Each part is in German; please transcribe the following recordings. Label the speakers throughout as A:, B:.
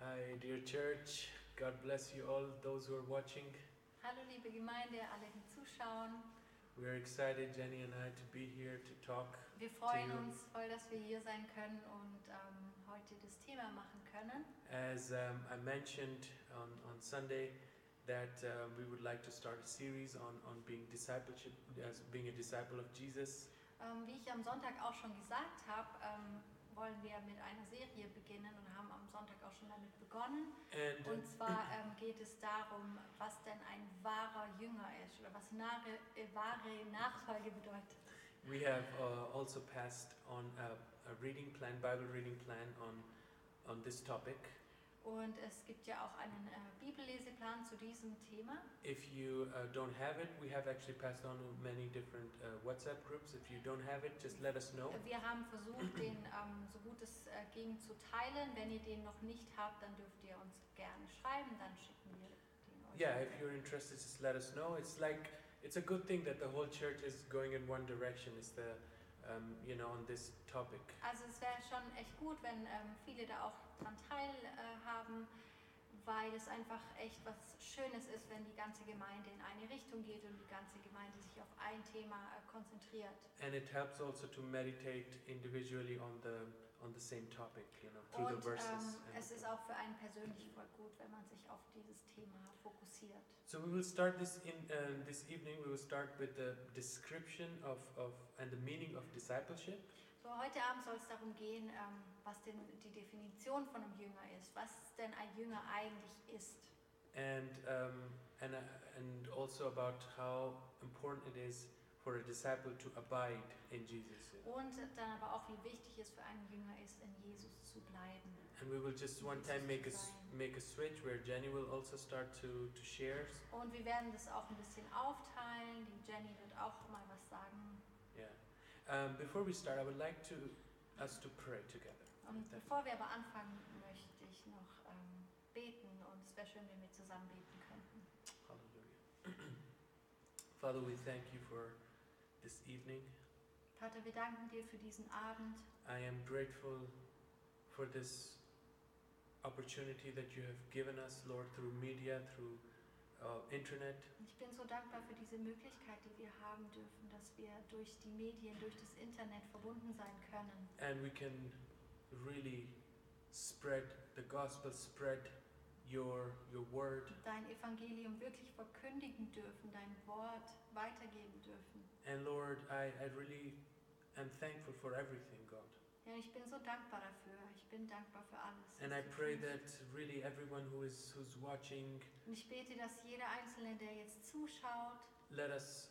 A: my dear church. God bless you all, those who are watching.
B: Hallo liebe Gemeinde, alle die zuschauen.
A: We are excited, Jenny and I, to be here to talk.
B: Wir freuen
A: Theo.
B: uns voll, dass wir hier sein können und ähm, heute das Thema machen können.
A: As um, I mentioned on, on Sunday, that uh, we would like to start a series on, on being discipleship, as being a disciple of Jesus.
B: Ähm, wie ich am Sonntag auch schon gesagt habe, ähm, wollen wir mit einer Serie beginnen und haben am Sonntag auch schon damit begonnen.
A: And
B: Und zwar ähm, geht es darum, was denn ein wahrer Jünger ist oder was nahe, äh, wahre Nachfolge bedeutet.
A: we have uh, also passed on a, a reading plan, Bible reading plan on, on this topic.
B: Und es gibt ja auch einen äh, Bibelleseplan zu diesem Thema.
A: If you uh, don't have it, we have actually passed on many different uh, WhatsApp groups. If you don't have it, just let us know.
B: Wir haben versucht, den ähm, so gut es äh, ging zu teilen. Wenn ihr den noch nicht habt, dann dürft ihr uns gerne schreiben, dann schicken wir den euch.
A: Yeah, if you're interested, just let us know. It's like it's a good thing that the whole church is going in one direction. It's the um, you know on this topic.
B: Also es wäre schon echt gut, wenn ähm, viele da auch dran teilhaben, weil es einfach echt was Schönes ist, wenn die ganze Gemeinde in eine Richtung geht und die ganze Gemeinde sich auf ein Thema äh, konzentriert.
A: and it helps also to meditate individually on the on the same topic you know through
B: Und
A: the verses
B: ähm,
A: and
B: es ist
A: everything.
B: auch für einen persönlich voll gut, wenn man sich auf dieses Thema fokussiert.
A: so we will start this in uh, this evening we will start with the description of, of and the meaning of discipleship
B: So, heute Abend soll es darum gehen, ähm, was denn die Definition von einem Jünger ist, was denn ein Jünger eigentlich ist.
A: and um, and uh, and also about how important it is for a disciple to abide in Jesus you know.
B: Und dann aber auch, wie wichtig es für einen Jünger ist, in Jesus zu bleiben.
A: and we will just one time make a s- make a switch where Jenny will also start to to share
B: Und wir werden das auch ein bisschen aufteilen. Die Jenny wird auch mal was sagen.
A: yeah um, before we start I would like to us to pray together
B: Und bevor wir aber anfangen, möchte ich noch ähm, beten. Und es wäre schön, wenn wir zusammen beten könnten.
A: Hallelujah. Father, we thank you for this evening.
B: Vater, wir danken dir für diesen Abend.
A: I am grateful for this opportunity that you have given us, Lord, through media, through uh, internet.
B: Ich bin so dankbar für diese Möglichkeit, die wir haben dürfen, dass wir durch die Medien, durch das Internet verbunden sein können
A: And we can really spread the gospel, spread your, your word,
B: und dein Evangelium wirklich verkündigen dürfen, dein Wort weitergeben dürfen.
A: and Lord, I, I really am thankful for everything, God.
B: Ja, ich bin so dankbar dafür. Ich bin dankbar für alles.
A: And I
B: was du
A: pray
B: tust.
A: that really everyone who is who's watching,
B: und ich bete, dass jeder Einzelne, der jetzt zuschaut,
A: let us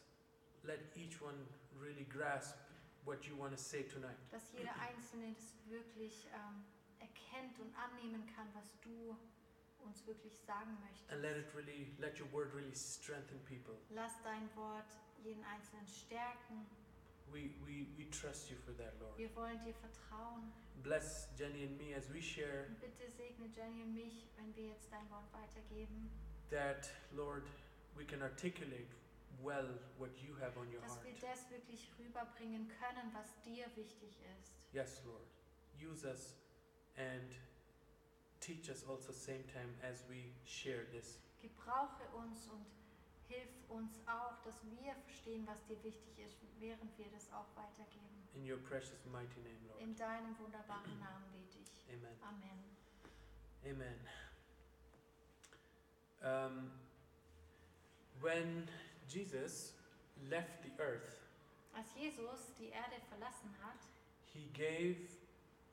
A: let each one really grasp what you want to say tonight
B: dass jeder Einzelne das wirklich ähm, erkennt und annehmen kann, was du uns wirklich sagen
A: and let it
B: möchtest.
A: really let your word really strengthen people
B: Lass dein Wort jeden Einzelnen stärken.
A: we we, we trust you for that lord
B: Wir wollen dir vertrauen.
A: bless jenny and me as we share
B: Und Bitte segne Jenny und mich, wenn wir jetzt dein Wort weitergeben,
A: that lord we can articulate well what you have on your
B: dass
A: heart
B: wir das wirklich rüberbringen können, was dir wichtig ist.
A: yes lord use us and teach us also same time as we share this
B: Gebrauche uns und hilf uns auch, dass wir verstehen, was dir wichtig ist, während wir das auch weitergeben.
A: in your precious mighty name lord
B: In deinem wunderbaren Namen bete ich.
A: amen
B: Amen.
A: Amen. Um, when Jesus left the earth,
B: Als Jesus die Erde verlassen hat,
A: he gave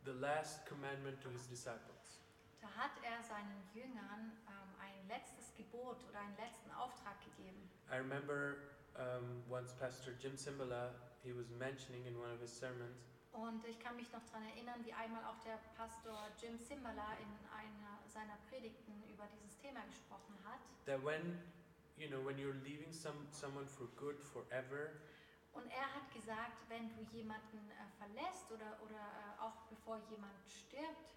A: the last commandment to his disciples.
B: da hat er seinen Jüngern ähm, ein letztes Gebot oder einen letzten Auftrag gegeben.
A: I remember um, once Pastor Jim Simbala, he was mentioning in one of his sermons
B: Und ich kann mich noch daran erinnern, wie einmal auch der Pastor Jim Simbala in einer seiner Predigten über dieses Thema gesprochen hat.
A: that when you know when you're leaving some someone for good forever,
B: Und er hat gesagt, wenn du jemanden äh, verlässt oder, oder äh, auch bevor jemand stirbt,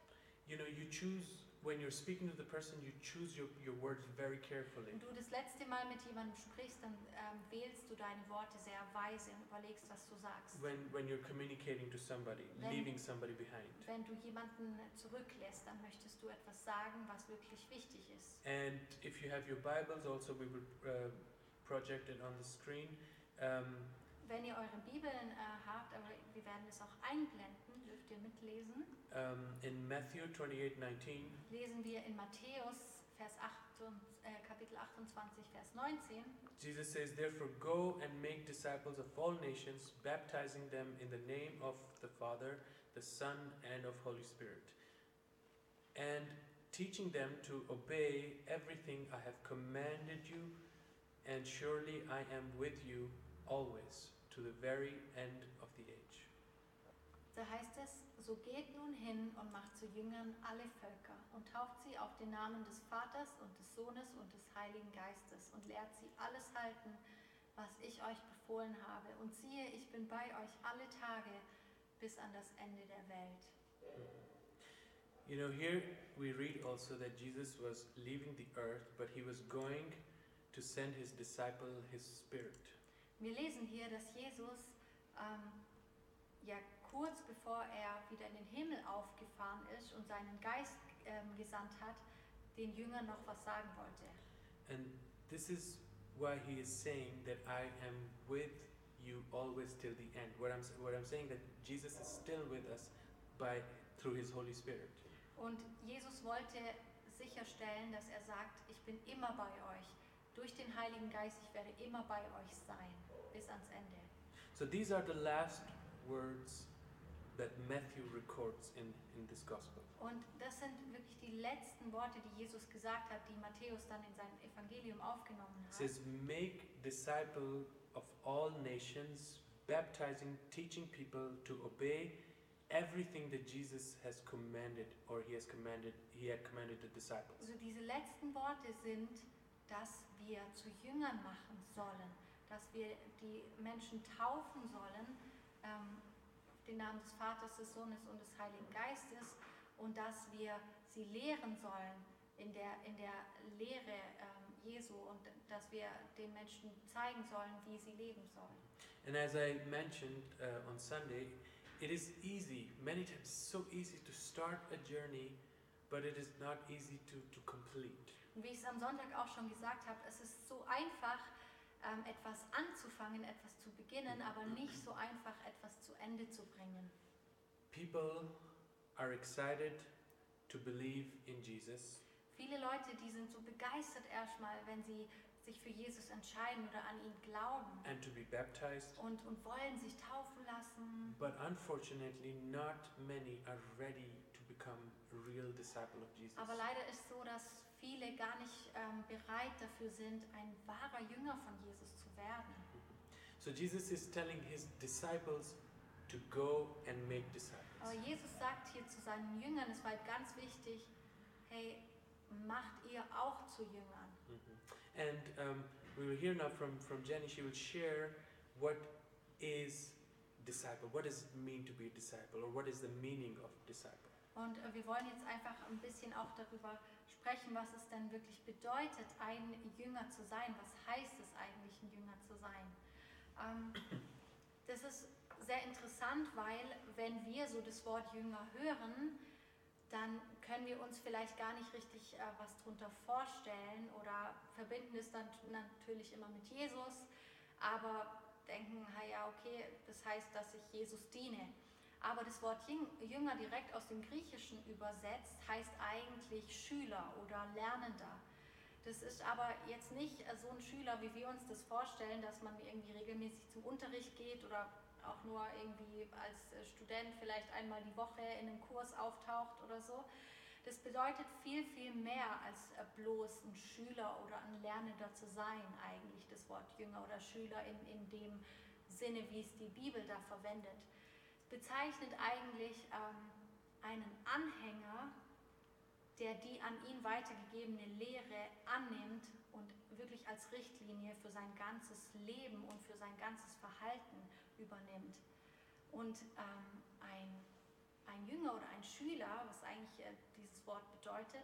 A: you know you choose when you're speaking to the person, you choose your, your words very carefully.
B: Wenn du das letzte Mal mit jemandem sprichst, dann ähm, wählst du deine Worte sehr weise und überlegst, was du sagst.
A: When, when you're communicating to somebody,
B: Wenn-
A: leaving somebody behind.
B: Wenn du jemanden zurücklässt, dann möchtest du etwas sagen, was wirklich wichtig ist.
A: And if you have your Bibles, also we will uh, project it on the screen. Um,
B: Wenn ihr eure Bibeln äh, habt, aber wir werden es auch einblenden, dürft ihr mitlesen,
A: um, in Matthew 28 19,
B: lesen wir in Matthäus Vers 8 und, äh, Kapitel 28, Vers 19.
A: Jesus says, Therefore, go and make disciples of all nations, baptizing them in the name of the Father, the Son, and of Holy Spirit, and teaching them to obey everything I have commanded you, and surely I am with you always to the very end of the age.
B: Da heißt es, so geht nun hin und macht zu Jüngern alle Völker und tauft sie auf den Namen des Vaters und des Sohnes und des Heiligen Geistes und lehrt sie alles halten, was ich euch befohlen habe. Und siehe, ich bin bei euch alle Tage bis an das Ende der Welt.
A: You know, here we read also that Jesus was leaving the earth, but he was going to send his disciple his spirit.
B: Wir lesen hier, dass Jesus ähm, ja kurz bevor er wieder in den Himmel aufgefahren ist und seinen Geist ähm, gesandt hat, den Jüngern noch was sagen wollte.
A: And this is why he is saying that I am with you always till the end. What I'm what I'm saying that Jesus is still with us by through his Holy Spirit.
B: Und Jesus wollte sicherstellen, dass er sagt, ich bin immer bei euch. Durch den Heiligen Geist, ich werde immer bei euch sein, bis ans Ende.
A: So these are the last words that Matthew records in, in this gospel.
B: Und das sind wirklich die letzten Worte, die Jesus gesagt hat, die Matthäus dann in sein Evangelium aufgenommen
A: It
B: hat.
A: says, Make disciple of all nations, baptizing, teaching people to obey everything that Jesus has commanded or he has commanded he had commanded the disciples.
B: Also diese letzten Worte sind, dass wir zu Jüngern machen sollen, dass wir die Menschen taufen sollen, ähm, den Namen des Vaters, des Sohnes und des Heiligen Geistes und dass wir sie lehren sollen in der, in der Lehre ähm, Jesu und dass wir den Menschen zeigen sollen, wie sie leben sollen.
A: And as I mentioned uh, on Sunday, it is easy, many times so easy to start a journey, but it is not easy to, to complete.
B: Und wie ich es am Sonntag auch schon gesagt habe, es ist so einfach, ähm, etwas anzufangen, etwas zu beginnen, aber nicht so einfach, etwas zu Ende zu bringen.
A: People are excited to believe in Jesus,
B: Viele Leute, die sind so begeistert erstmal, wenn sie sich für Jesus entscheiden oder an ihn glauben
A: and to be baptized,
B: und, und wollen sich taufen lassen.
A: but unfortunately, not many are ready to become a real disciple of Jesus.
B: Aber leider ist so, dass viele gar nicht ähm, bereit dafür sind, ein wahrer Jünger von Jesus zu werden.
A: So Jesus is telling his disciples to go and make
B: Aber
A: disciples.
B: Jesus sagt hier zu seinen Jüngern, es war halt ganz wichtig, hey, macht ihr auch zu Jüngern.
A: Mhm. And um, we will hear now from, from Jenny. She will share what is disciple. What does it mean to be a disciple, or what is the meaning of disciple?
B: Und äh, wir wollen jetzt einfach ein bisschen auch darüber sprechen, was es denn wirklich bedeutet, ein Jünger zu sein. Was heißt es eigentlich, ein Jünger zu sein? Ähm, das ist sehr interessant, weil wenn wir so das Wort Jünger hören, dann können wir uns vielleicht gar nicht richtig äh, was drunter vorstellen oder verbinden es dann natürlich immer mit Jesus, aber denken, "Ah ja, okay, das heißt, dass ich Jesus diene. Aber das Wort Jüng- Jünger direkt aus dem Griechischen übersetzt heißt eigentlich Schüler oder Lernender. Das ist aber jetzt nicht äh, so ein Schüler, wie wir uns das vorstellen, dass man irgendwie regelmäßig zum Unterricht geht oder auch nur irgendwie als äh, Student vielleicht einmal die Woche in einem Kurs auftaucht oder so. Das bedeutet viel, viel mehr als äh, bloß ein Schüler oder ein Lernender zu sein, eigentlich das Wort Jünger oder Schüler in, in dem Sinne, wie es die Bibel da verwendet bezeichnet eigentlich ähm, einen Anhänger, der die an ihn weitergegebene Lehre annimmt und wirklich als Richtlinie für sein ganzes Leben und für sein ganzes Verhalten übernimmt. Und ähm, ein, ein Jünger oder ein Schüler, was eigentlich äh, dieses dieses Wort bedeutet,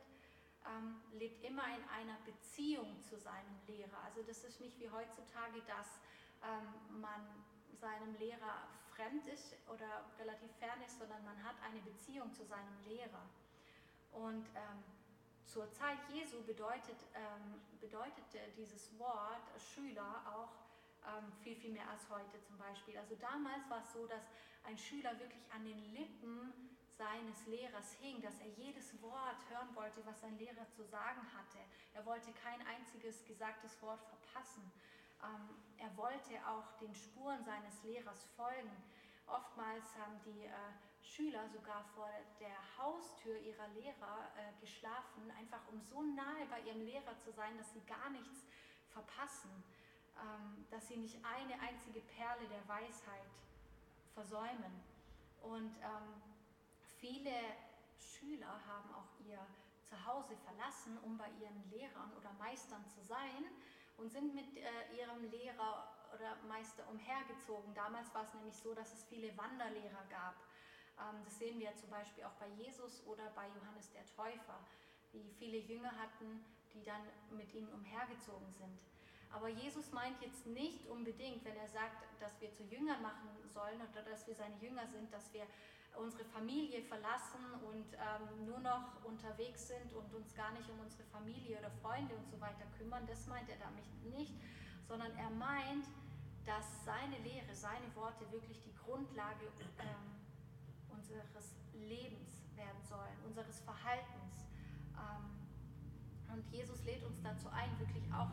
B: ähm, lebt immer in einer Beziehung zu seinem Lehrer. Also das ist nicht wie heutzutage, dass ähm, man seinem Lehrer fremd ist oder relativ fern ist, sondern man hat eine Beziehung zu seinem Lehrer. Und ähm, zur Zeit Jesu bedeutet, ähm, bedeutete dieses Wort Schüler auch ähm, viel, viel mehr als heute zum Beispiel. Also damals war es so, dass ein Schüler wirklich an den Lippen seines Lehrers hing, dass er jedes Wort hören wollte, was sein Lehrer zu sagen hatte. Er wollte kein einziges gesagtes Wort verpassen. Ähm, er wollte auch den Spuren seines Lehrers folgen. Oftmals haben die äh, Schüler sogar vor der Haustür ihrer Lehrer äh, geschlafen, einfach um so nahe bei ihrem Lehrer zu sein, dass sie gar nichts verpassen, ähm, dass sie nicht eine einzige Perle der Weisheit versäumen. Und ähm, viele Schüler haben auch ihr Zuhause verlassen, um bei ihren Lehrern oder Meistern zu sein und sind mit äh, ihrem Lehrer oder Meister umhergezogen. Damals war es nämlich so, dass es viele Wanderlehrer gab. Ähm, das sehen wir zum Beispiel auch bei Jesus oder bei Johannes der Täufer, die viele Jünger hatten, die dann mit ihnen umhergezogen sind. Aber Jesus meint jetzt nicht unbedingt, wenn er sagt, dass wir zu Jüngern machen sollen oder dass wir seine Jünger sind, dass wir unsere Familie verlassen und ähm, nur noch unterwegs sind und uns gar nicht um unsere Familie oder Freunde und so weiter kümmern. Das meint er damit nicht, sondern er meint, dass seine Lehre, seine Worte wirklich die Grundlage ähm, unseres Lebens werden sollen, unseres Verhaltens. Ähm, und Jesus lädt uns dazu ein, wirklich auch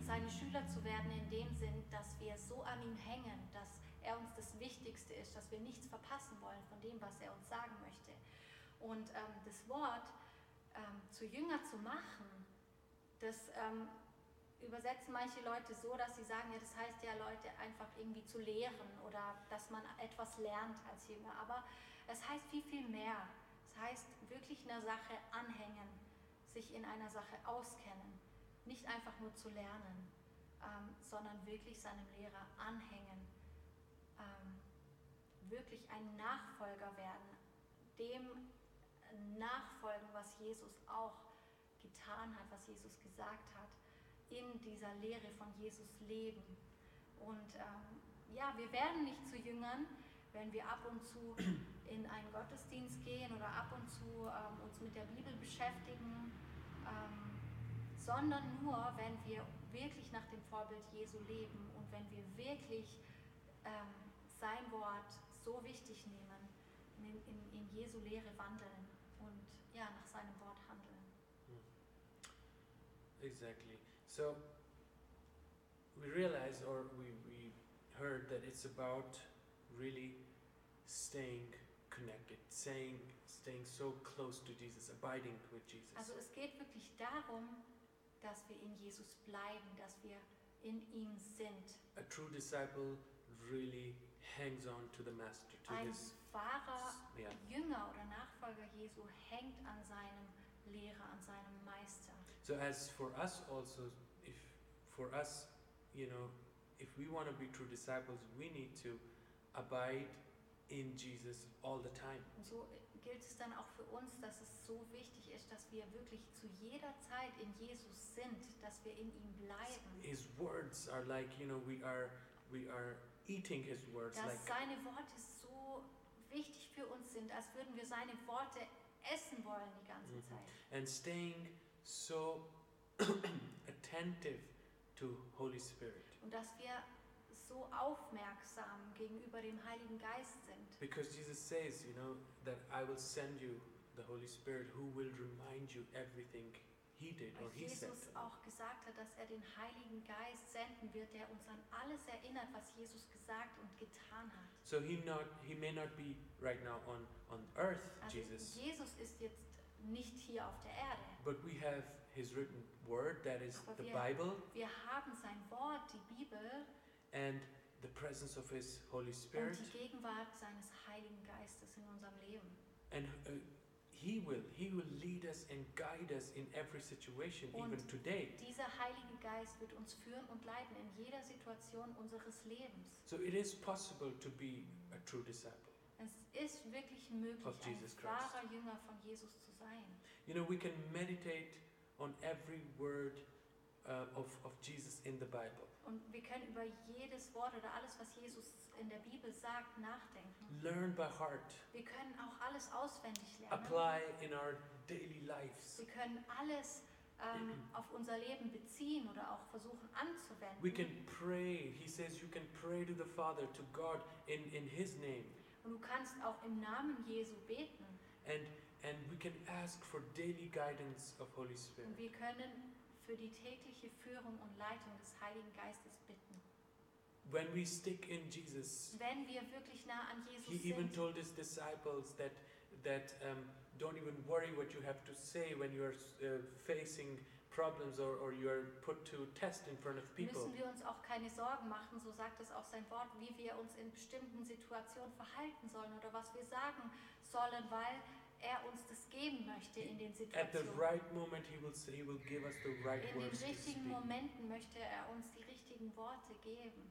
B: seine Schüler zu werden, in dem Sinn, dass wir so an ihm hängen, dass er uns das Wichtigste ist, dass wir nichts verpassen wollen von dem, was er uns sagen möchte. Und ähm, das Wort ähm, zu Jünger zu machen, das ähm, übersetzen manche Leute so, dass sie sagen, ja, das heißt ja, Leute einfach irgendwie zu lehren oder dass man etwas lernt als Jünger. Aber es heißt viel, viel mehr. Es heißt wirklich einer Sache anhängen, sich in einer Sache auskennen, nicht einfach nur zu lernen, ähm, sondern wirklich seinem Lehrer anhängen ähm, wirklich ein Nachfolger werden, dem nachfolgen, was Jesus auch getan hat, was Jesus gesagt hat, in dieser Lehre von Jesus leben. Und ähm, ja, wir werden nicht zu Jüngern, wenn wir ab und zu in einen Gottesdienst gehen oder ab und zu ähm, uns mit der Bibel beschäftigen, ähm, sondern nur, wenn wir wirklich nach dem Vorbild Jesu leben und wenn wir wirklich ähm, sein Wort so wichtig nehmen, in, in, in, Jesu Lehre wandeln und ja, nach seinem Wort handeln.
A: Exactly. So we realize or we, we heard that it's about really staying connected, staying, staying so close to Jesus, abiding with Jesus.
B: Also es geht wirklich darum, dass wir in Jesus bleiben, dass wir in ihm sind.
A: A true disciple really hangs on to the master to
B: Ein
A: his
B: wahrer
A: yeah.
B: Jünger oder Nachfolger Jesu hängt an seinem Lehrer, an seinem Meister.
A: so as for us also if for us you know if we want to be true disciples we need to abide in jesus all the time
B: Und so gilt es dann auch für uns, dass es so wichtig ist, dass wir wirklich zu jeder Zeit in Jesus sind, dass wir in ihm bleiben.
A: his words are like you know we are we are eating his words
B: Dass
A: like
B: seine Worte so wichtig für uns sind, als würden wir seine Worte essen wollen die ganze
A: Mhm.
B: Zeit.
A: and staying so attentive to holy spirit
B: Und dass wir so aufmerksam gegenüber dem Heiligen Geist sind.
A: Because Jesus says, you know, that I will send you the Holy Spirit who will remind you everything he did or
B: Weil
A: he said.
B: Jesus auch gesagt hat, dass er den Heiligen Geist senden wird, der uns an alles erinnert, was Jesus gesagt und getan hat.
A: So he not he may not be right now on on earth,
B: Also
A: Jesus,
B: Jesus ist jetzt nicht hier auf der Erde.
A: but we have his written word that is
B: Aber
A: the
B: wir-
A: Bible
B: Wir haben sein Wort, die Bibel
A: and the presence of his Holy Spirit
B: und die Gegenwart seines Heiligen Geistes in unserem Leben.
A: and uh, he will he will lead us and guide us in every situation
B: Und-
A: even today.
B: Dieser Heilige Geist wird uns führen und leiten in jeder Situation unseres Lebens.
A: So it is possible to be a true disciple.
B: Es ist wirklich möglich,
A: Of Jesus Christ.
B: ein wahrer Jünger von Jesus zu sein.
A: You know, we can meditate on every word uh, of, of Jesus in the Bible.
B: Und wir können über jedes Wort oder alles, was Jesus in der Bibel sagt, nachdenken.
A: Learn by heart.
B: Wir können auch alles auswendig lernen.
A: Apply in our daily lives.
B: Wir können alles ähm, auf unser Leben beziehen oder auch versuchen anzuwenden.
A: Mhm. We can pray. He says you can pray to the Father, to God in, in His name.
B: Und du kannst auch im Namen Jesu beten.
A: And, and we can ask for daily guidance of Holy Spirit.
B: Und wir können für die tägliche Führung und Leitung des Heiligen Geistes bitten.
A: When we stick in Jesus,
B: Wenn wir wirklich nah an
A: He
B: Jesus
A: even
B: sind,
A: told his disciples that that um, don't even worry what you have to say when you are uh, facing problems or, or you are put to test in front of people.
B: müssen wir uns auch keine Sorgen machen, so sagt es auch sein Wort, wie wir uns in bestimmten Situationen verhalten sollen oder was wir sagen sollen, weil er uns das geben möchte in den
A: At the
B: Situationen.
A: right moment, he will say, he will give us the right
B: In den
A: words to speak.
B: richtigen Momenten möchte er uns die richtigen Worte geben.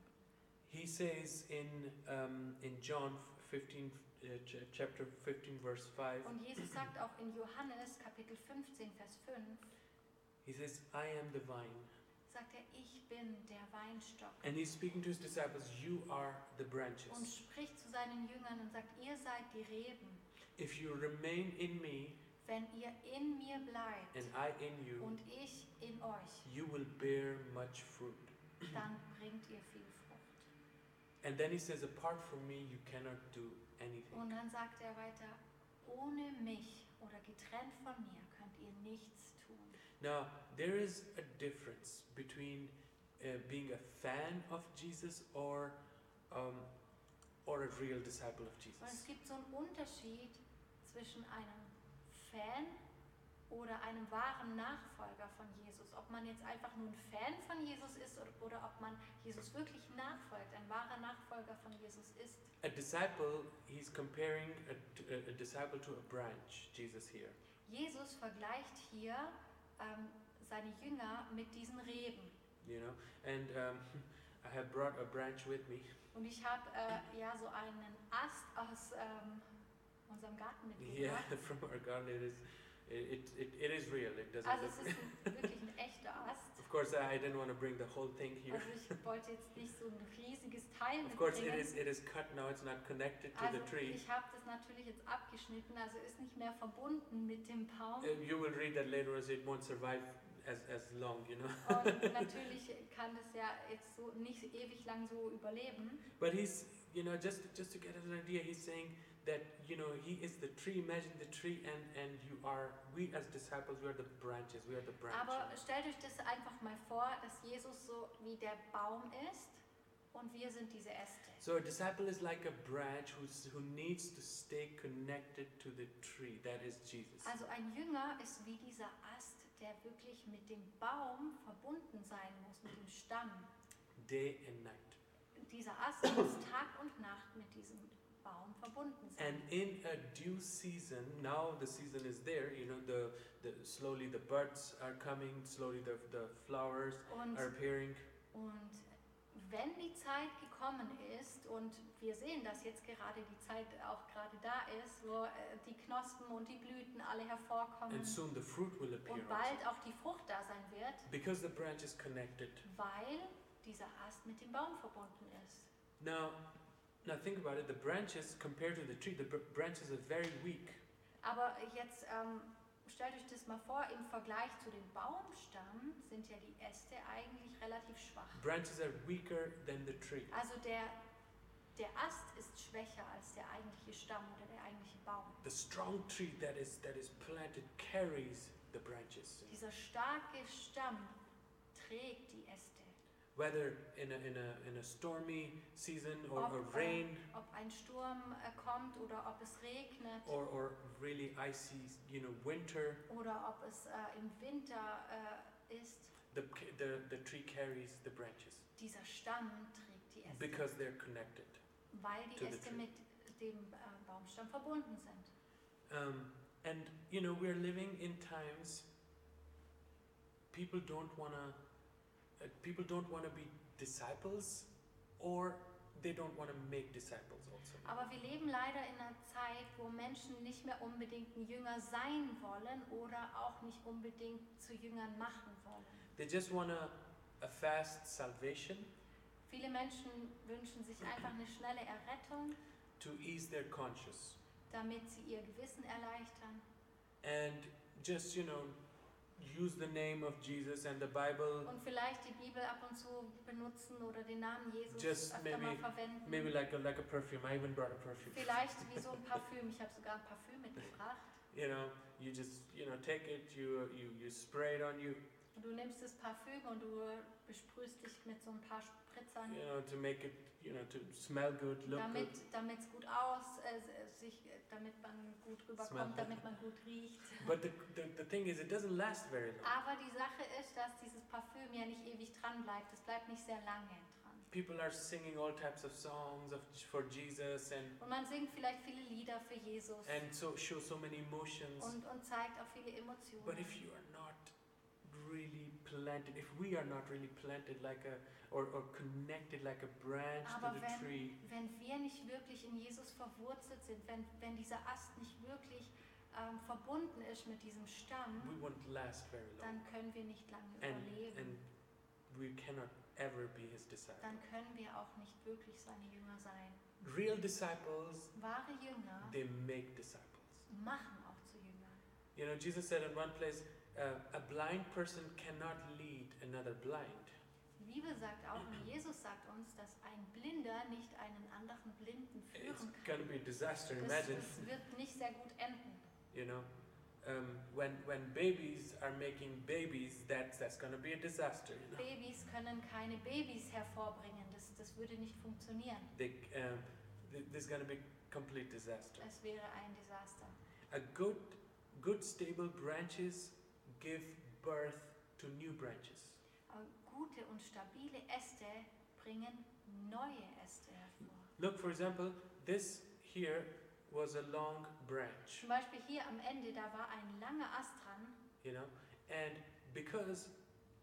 A: He says in um, in John 15, uh, ch- chapter 15, verse 5,
B: Und Jesus sagt auch in Johannes Kapitel 15, Vers 5,
A: he says, "I am the vine,"
B: sagt er, ich bin der Weinstock.
A: and he's speaking to his disciples, "You are the branches.
B: Und spricht zu seinen Jüngern und sagt, ihr seid die Reben.
A: If you remain in me
B: Wenn ihr in mir
A: and
B: bleibt
A: I in you,
B: und ich in euch,
A: you will bear much fruit."
B: dann bringt ihr viel Frucht.
A: And then he says, Apart from me, you cannot do anything.
B: Und dann sagt er weiter, ohne mich oder getrennt von mir könnt ihr nichts tun.
A: Now, there is a difference between uh, being a fan of Jesus or, um, or a real disciple of
B: Und es
A: Jesus.
B: gibt so einen Unterschied zwischen einem Fan oder einem wahren Nachfolger von Jesus. Ob man jetzt einfach nur ein Fan von Jesus ist oder, oder ob man Jesus wirklich nachfolgt, ein wahrer Nachfolger von Jesus ist.
A: A disciple, he's comparing a, a, a disciple to a branch, Jesus here.
B: Jesus vergleicht hier ähm, seine Jünger mit diesen Reben.
A: You know, and um, I have brought a branch with me.
B: Und ich habe äh, ja so einen Ast aus ähm, unserem Garten
A: Yeah,
B: mitgebracht.
A: from our garden. It is, it, it, it is real. It doesn't
B: Also
A: look.
B: es ist ein, wirklich ein echter Ast.
A: Of course, I didn't want to bring the whole thing here.
B: Also ich wollte jetzt nicht so ein riesiges Teil
A: Of course, it
B: mitbringen.
A: is, it is cut now. It's not connected to
B: also
A: the tree.
B: ich habe das natürlich jetzt abgeschnitten, also ist nicht mehr verbunden mit dem Baum.
A: Uh, you will read that later as it won't survive as, as long, you know.
B: Und natürlich kann das ja jetzt so nicht ewig lang so überleben.
A: But he's, you know, just just to get us an idea, he's saying that you know he is the tree. Imagine the tree, and and you are we as disciples. We are the branches. We are the
B: Aber
A: branches.
B: stellt euch das einfach mal vor, dass Jesus so wie der Baum ist und wir sind diese Äste.
A: So a disciple is like a branch who's, who needs to stay connected to the tree. That is Jesus.
B: Also ein Jünger ist wie dieser Ast, der wirklich mit dem Baum verbunden sein muss, mit dem Stamm.
A: Day and night.
B: Dieser Ast muss Tag und Nacht mit diesem Baum verbunden
A: And
B: sein.
A: in a due season, now the season is there. You know, the, the slowly the buds are coming. Slowly the the flowers
B: Und,
A: are appearing.
B: und wenn die Zeit gekommen ist, und wir sehen, dass jetzt gerade die Zeit auch gerade da ist, wo äh, die Knospen und die Blüten alle hervorkommen
A: And soon the fruit will appear.
B: und
A: also.
B: bald auch die Frucht da sein wird,
A: Because the branch is connected.
B: weil dieser Ast mit dem Baum verbunden ist.
A: Now, now think about it. The branches compared to the tree, the br- branches are very weak.
B: Aber jetzt ähm, stellt euch das mal vor, im Vergleich zu dem Baumstamm sind ja die Äste eigentlich relativ schwach.
A: Branches are weaker than the tree.
B: Also der, der Ast ist schwächer als der eigentliche Stamm oder der eigentliche Baum.
A: The strong tree that is that is planted carries the branches.
B: Also Dieser starke Stamm trägt die Äste.
A: Whether in a, in a, in a stormy season or, or
B: Ob, äh,
A: rain
B: ob ein Sturm äh, kommt oder ob es regnet
A: or, or really icy, you know, winter,
B: oder ob es äh, im Winter äh, ist,
A: the, c- the, the tree carries the branches
B: dieser Stamm trägt die Äste,
A: because they're connected.
B: weil
A: to
B: die
A: the
B: Äste
A: tree.
B: mit dem äh, Baumstamm verbunden sind.
A: Um, and you know, we're living in times people don't wanna uh, people don't wanna be disciples, or they don't want to make disciples also.
B: Aber wir leben leider in einer Zeit, wo Menschen nicht mehr unbedingt ein Jünger sein wollen oder auch nicht unbedingt zu Jüngern machen wollen.
A: They just want to a fast salvation
B: Viele Menschen wünschen sich einfach eine schnelle Errettung,
A: to ease their conscience
B: damit sie ihr Gewissen erleichtern
A: and just, you know, use the name of Jesus and the Bible
B: und vielleicht die Bibel ab und zu benutzen oder den Namen Jesus
A: Just
B: öfter mal
A: maybe-
B: verwenden.
A: maybe like a like a perfume. I even brought a perfume.
B: Vielleicht wie so ein Parfüm. Ich habe sogar ein Parfüm mitgebracht.
A: You know, you just, you know, take it, you you you spray it on you,
B: Und du nimmst das Parfüm und du besprühst dich mit so ein paar Spritzern,
A: you know, to make it, you know, to smell good, look good.
B: damit damit's gut aus, äh, sich, äh, damit man gut
A: Smell
B: rüberkommt,
A: good.
B: damit man gut riecht.
A: But the, the the thing is, it doesn't last very long.
B: Aber die Sache ist, dass dieses Parfüm ja nicht ewig dran bleibt. Es bleibt nicht sehr lange dran.
A: People are singing all types of songs of for Jesus and
B: Und man singt vielleicht viele Lieder für Jesus
A: and so show so many emotions.
B: und, und zeigt auch viele
A: But
B: Emotionen.
A: if you are not really planted, if we are not really planted like a or, or connected like a branch
B: Aber
A: to the
B: wenn-
A: tree,
B: Wenn wir nicht wirklich in Jesus verwurzelt sind, wenn, wenn dieser Ast nicht wirklich ähm, verbunden ist mit diesem
A: we
B: Stamm,
A: won't last very long.
B: dann können wir nicht lange
A: and
B: überleben.
A: and we cannot ever be his disciple.
B: dann können wir auch nicht wirklich seine Jünger sein.
A: Real disciples,
B: Wahre Jünger
A: they make disciples.
B: machen auch zu Jüngern.
A: You know, Jesus said in one place, uh, a blind person cannot lead another blind.
B: Die Bibel sagt auch und Jesus sagt uns, dass ein Blinder nicht einen anderen Blinden
A: It's
B: führen
A: gonna be a disaster.
B: kann. Das,
A: Imagine,
B: das wird nicht sehr gut enden.
A: you know, um, when when babies are making babies, that's that's gonna be a disaster. You know,
B: Babys können keine Babys hervorbringen. Das, das würde nicht funktionieren.
A: they, um, th- there's gonna be complete disaster.
B: Es wäre ein Desaster.
A: A good good stable branches give birth to new branches.
B: Aber gute und stabile Äste bringen neue Äste hervor.
A: Look, for example, this here was a long branch,
B: Zum Beispiel hier am Ende, da war ein langer Ast dran
A: you know, and because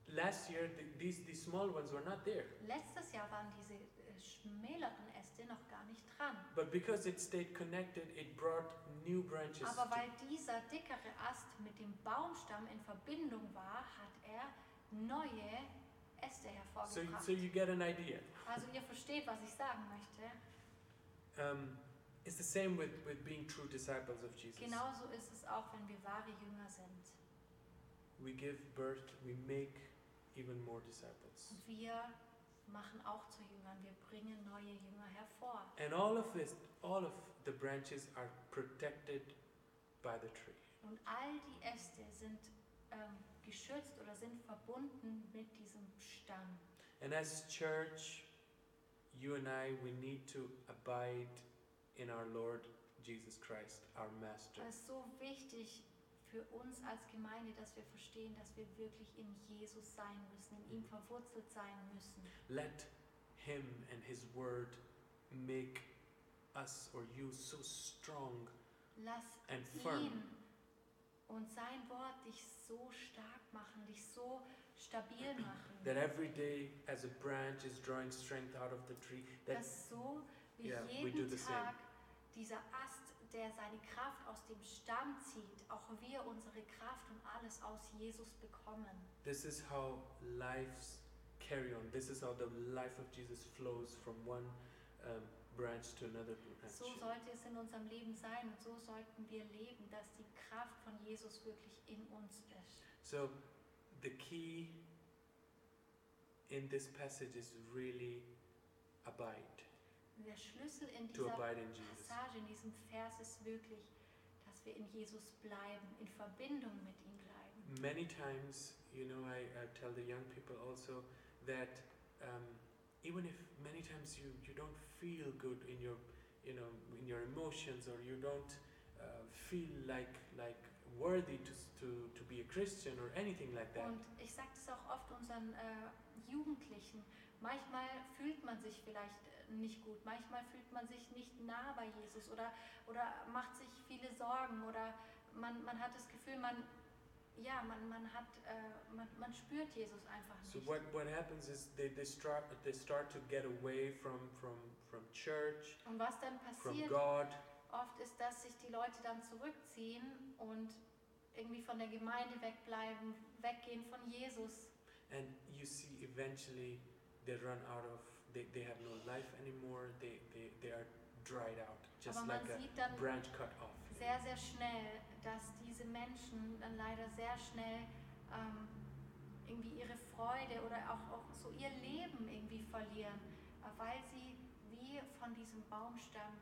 A: last year th- these these small ones were not there,
B: Letztes Jahr waren diese äh, schmäleren Äste noch gar nicht dran.
A: but because it stayed connected, it brought new branches.
B: Aber
A: to-
B: weil dieser dickere Ast mit dem Baumstamm in Verbindung war, hat er neue
A: so,
B: Äste hervorgebracht.
A: so you get an idea.
B: also ihr versteht, was ich sagen möchte.
A: Um, it's the same with, with being true disciples of Jesus.
B: Genauso ist es auch, wenn wir wahre Jünger sind.
A: We give birth, we make even more disciples.
B: Und wir machen auch zu Jüngern. Wir bringen neue Jünger hervor.
A: And all of this, all of the branches are protected by the tree.
B: Und all die Äste sind ähm, geschützt oder sind verbunden mit diesem Stamm.
A: And as church, you and I, we need to abide in our Lord Jesus Christ, our Master.
B: Es ist so wichtig für uns als Gemeinde, dass wir verstehen, dass wir wirklich in Jesus sein müssen, in ihm verwurzelt sein müssen.
A: Let Him and His Word make us or you so strong
B: Lass
A: and firm.
B: ihn und sein Wort dich so stark machen, dich so stabil machen,
A: That every day, as a branch is drawing strength out of the tree, that
B: dass so wie
A: Yeah, we do
B: jeden
A: the same.
B: Tag dieser Ast, der seine Kraft aus dem Stamm zieht, auch wir unsere Kraft und alles aus Jesus bekommen.
A: this is how lives carry on. This is how the life of Jesus flows from one um, branch to another branch.
B: So sollte es in unserem Leben sein und so sollten wir leben, dass die Kraft von Jesus wirklich in uns ist.
A: So the key in this passage is really abide,
B: Der Schlüssel in
A: to
B: dieser
A: abide in Jesus.
B: Passage, in diesem Vers ist wirklich, dass wir in Jesus bleiben, in Verbindung mit ihm bleiben.
A: Many times, you know, I, I tell the young people also that um, even if many times you, you don't feel good in your, you know, in your emotions or you don't uh, feel like, like worthy to, s- to, to be a Christian or anything like that.
B: Und ich sage das auch oft unseren äh, Jugendlichen. Manchmal fühlt man sich vielleicht äh, nicht gut, manchmal fühlt man sich nicht nah bei Jesus oder, oder macht sich viele Sorgen oder man, man hat das Gefühl, man ja, man, man hat, äh, man, man spürt Jesus einfach nicht.
A: So what, what happens is they, they start they start to get away from from from church,
B: Und was dann
A: from
B: passiert
A: God,
B: oft ist, dass sich die Leute dann zurückziehen und irgendwie von der Gemeinde wegbleiben, weggehen von Jesus.
A: and you see eventually they run out of they, they have no life anymore. They, they they are dried out, just
B: Aber man
A: like a
B: sieht dann
A: branch cut off.
B: sehr, sehr schnell, dass diese Menschen dann leider sehr schnell ähm, irgendwie ihre Freude oder auch, auch so ihr Leben irgendwie verlieren, äh, weil sie wie von diesem Baumstamm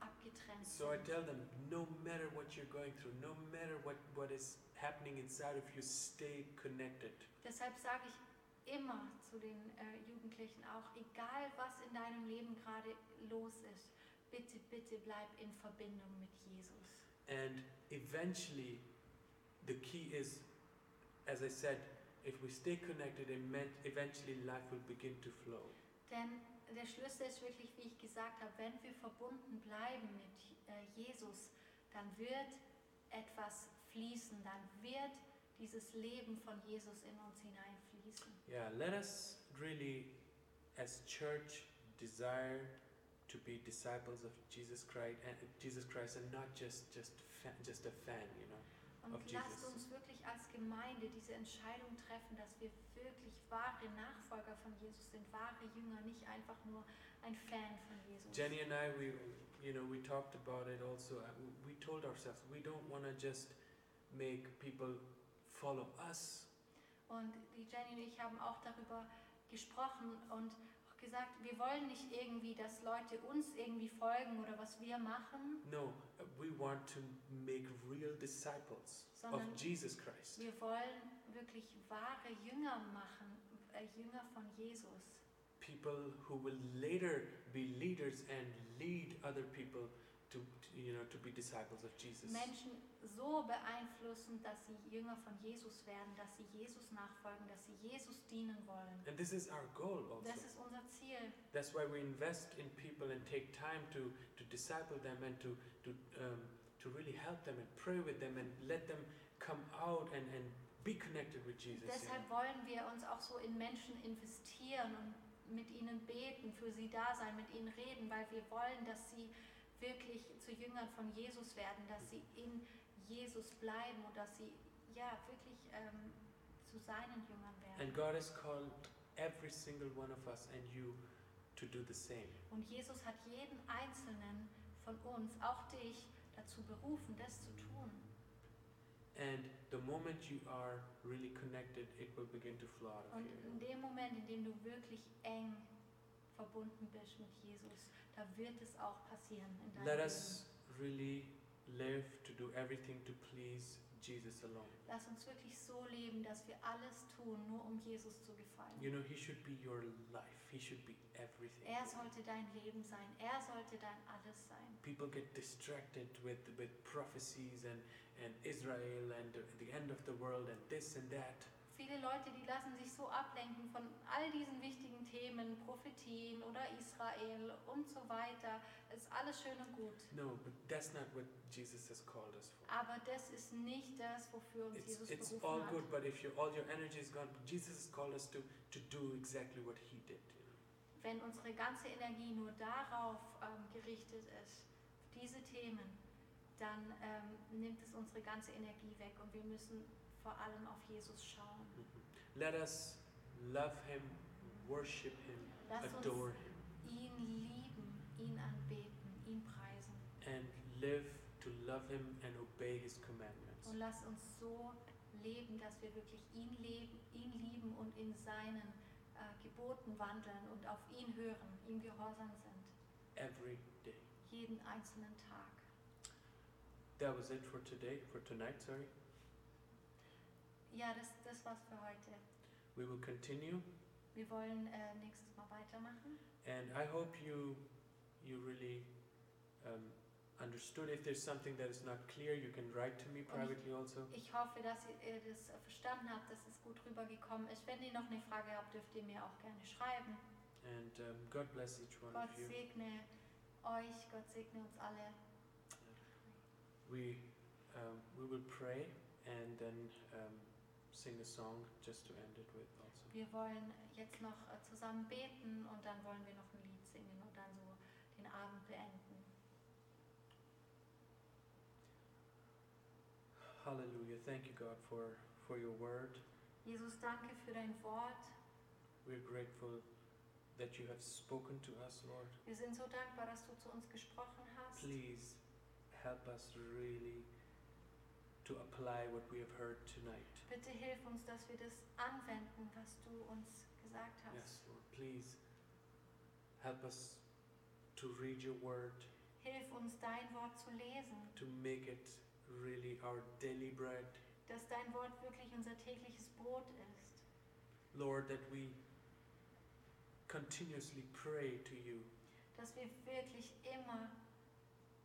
B: abgetrennt
A: So I
B: sind.
A: tell them, no matter what you're going through, no matter what, what is happening inside of you, stay connected.
B: Deshalb sage ich immer zu den äh, Jugendlichen auch, egal was in deinem Leben gerade los ist, bitte, bitte bleib in Verbindung mit Jesus.
A: And eventually, the key is, as I said, if we stay connected, emen- eventually life will begin to flow.
B: Denn der Schlüssel ist wirklich, wie ich gesagt habe, wenn wir verbunden bleiben mit äh, Jesus, dann wird etwas fließen, dann wird dieses Leben von Jesus in uns hineinfließen.
A: Yeah, let us really, as church, desire to be disciples of Jesus Christ and Jesus Christ, and not just just fan, just a fan, you know. Auf
B: Und
A: Jesus.
B: lasst uns wirklich als Gemeinde diese Entscheidung treffen, dass wir wirklich wahre Nachfolger von Jesus sind, wahre Jünger, nicht einfach nur ein Fan von Jesus.
A: Jenny and I, we, you know, we talked about it also. Uh, We told ourselves we don't want to just make people follow us.
B: Und die Jenny und ich haben auch darüber gesprochen und auch gesagt, wir wollen nicht irgendwie, dass Leute uns irgendwie folgen oder was wir machen,
A: No, uh, we want to make real disciples of
B: sondern
A: Jesus Christ.
B: wir wollen wirklich wahre Jünger machen, äh, Jünger von Jesus.
A: People who will later be leaders and lead other people to, to, you know, to be disciples of Jesus.
B: Menschen so beeinflussen, dass sie Jünger von Jesus werden, dass sie Jesus nachfolgen, dass sie Jesus dienen wollen.
A: And this is our goal also.
B: Das ist unser Ziel.
A: That's why we invest in people and take time to, to disciple them and to, to, um, to really help them and pray with them and let them come out and, and be connected with Jesus. you know.
B: Deshalb wollen wir uns auch so in Menschen investieren und mit ihnen beten, für sie da sein, mit ihnen reden, weil wir wollen, dass sie wirklich zu Jüngern von Jesus werden, dass sie in Jesus bleiben und dass sie ja wirklich ähm, zu seinen Jüngern werden.
A: And God has called every single one of us and you to do the same.
B: Und Jesus hat jeden einzelnen von uns, auch dich, dazu berufen, das zu tun.
A: And the moment you are really connected, it will begin to flow out of
B: Und
A: you.
B: in dem Moment, in dem du wirklich eng verbunden bist mit Jesus, da wird es auch passieren in deinem
A: Let
B: Leben.
A: us really live to do everything to please Jesus alone.
B: Lass uns wirklich so leben, dass wir alles tun, nur um Jesus zu gefallen.
A: You know, He should be your life, He should be everything.
B: Er sollte dein Leben sein. Er sollte dein Alles sein.
A: people get distracted with with prophecies and and Israel and the end of the world and this and that
B: Viele Leute, die lassen sich so ablenken von all diesen wichtigen Themen, Prophetien oder Israel und so weiter. Es ist alles schön und gut.
A: no but that's not what Jesus has called us for
B: Aber das ist nicht das, wofür uns
A: it's
B: Jesus
A: it's all
B: berufen
A: good
B: hat.
A: but if your all your energy is gone Jesus has called us to to do exactly what he did you know.
B: Wenn unsere ganze Energie nur darauf ähm, gerichtet ist, auf diese Themen, dann ähm, nimmt es unsere ganze Energie weg und wir müssen vor allem auf Jesus schauen.
A: let us love him worship him
B: Lass
A: adore him
B: uns ihn lieben, ihn anbeten, ihn preisen
A: and live to love him and obey his commandments
B: und lass uns so leben, dass wir wirklich ihn leben, ihn lieben und in seinen äh, Geboten wandeln und auf ihn hören, ihm gehorsam sind,
A: every day
B: jeden einzelnen Tag.
A: that was it for today for tonight sorry
B: Ja, das, das war's für heute.
A: we will continue
B: Wir wollen äh, nächstes Mal weitermachen.
A: And I hope you you really um, understood. If there's something that is not clear, you can write to me privately also.
B: Ich hoffe, dass ihr ihr das äh, verstanden habt, dass es gut rübergekommen ist. Wenn ihr noch eine Frage habt, dürft ihr mir auch gerne schreiben.
A: And um, God bless each one
B: Gott
A: of you.
B: segne euch, Gott segne uns alle.
A: We um, we will pray and then um, sing a song just to end it with also.
B: Wir wollen jetzt noch äh, zusammen beten und dann wollen wir noch ein Lied singen und dann so den Abend beenden.
A: Hallelujah. Thank you, God, for, for your word.
B: Jesus, danke für dein Wort.
A: We're grateful that you have spoken to us, Lord.
B: Wir sind so dankbar, dass du zu uns gesprochen hast.
A: Please help us really to apply what we have heard tonight.
B: Bitte hilf uns, dass wir das anwenden, was du uns gesagt hast.
A: Yes, Lord. Please help us to read your word,
B: Hilf uns, dein Wort zu lesen,
A: to make it really our daily bread.
B: dass dein Wort wirklich unser tägliches Brot ist.
A: Lord, that we continuously pray to you,
B: Dass wir wirklich immer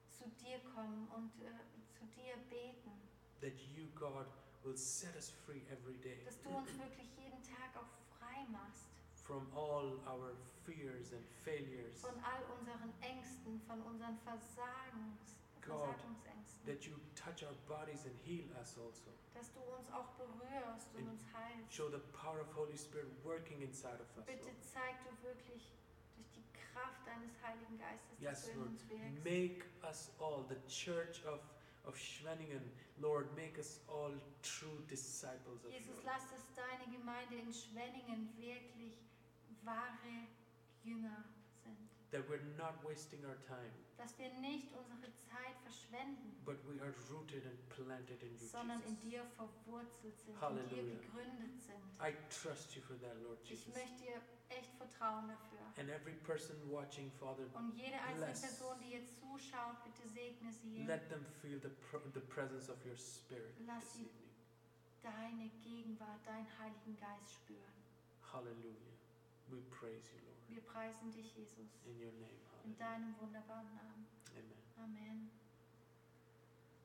B: zu dir kommen und äh, zu dir beten.
A: that you, God, will set us free every day
B: Dass du uns wirklich jeden Tag auch frei machst
A: from all our fears and failures,
B: von all unseren Ängsten, von unseren Versagens,
A: God,
B: Versagungsängsten.
A: that you touch our bodies and heal us also.
B: Dass du uns auch berührst und
A: In-
B: uns heilst.
A: Show the power of Holy Spirit working inside of us.
B: Bitte
A: Lord.
B: zeig du wirklich durch die Kraft deines Heiligen Geistes, dass
A: Yes,
B: du in
A: Lord.
B: uns wirkst.
A: Make us all, the church of, of Schwenningen, Lord, make us all true disciples of
B: Jesus,
A: you.
B: lass es deine Gemeinde in Schwenningen wirklich wahre Jünger sind.
A: That we're not wasting our time,
B: Dass wir nicht unsere Zeit verschwenden,
A: but we are rooted and planted in you,
B: sondern in
A: Jesus.
B: dir verwurzelt sind, in dir
A: Halleluja.
B: gegründet sind.
A: I trust you for that, Lord
B: Ich
A: Jesus.
B: möchte dir echt vertrauen dafür.
A: And every person watching, Father,
B: Und jede einzelne
A: Bless.
B: Person, die jetzt zuschaut, bitte segne sie.
A: let them feel the, pr- the presence of your Spirit
B: Lass
A: this
B: sie-
A: evening.
B: Deine Gegenwart, deinen Heiligen Geist spüren.
A: Hallelujah. We praise you, Lord.
B: Wir preisen dich, Jesus.
A: In your name,
B: In
A: hallelujah.
B: deinem wunderbaren Namen.
A: Amen.
B: Amen.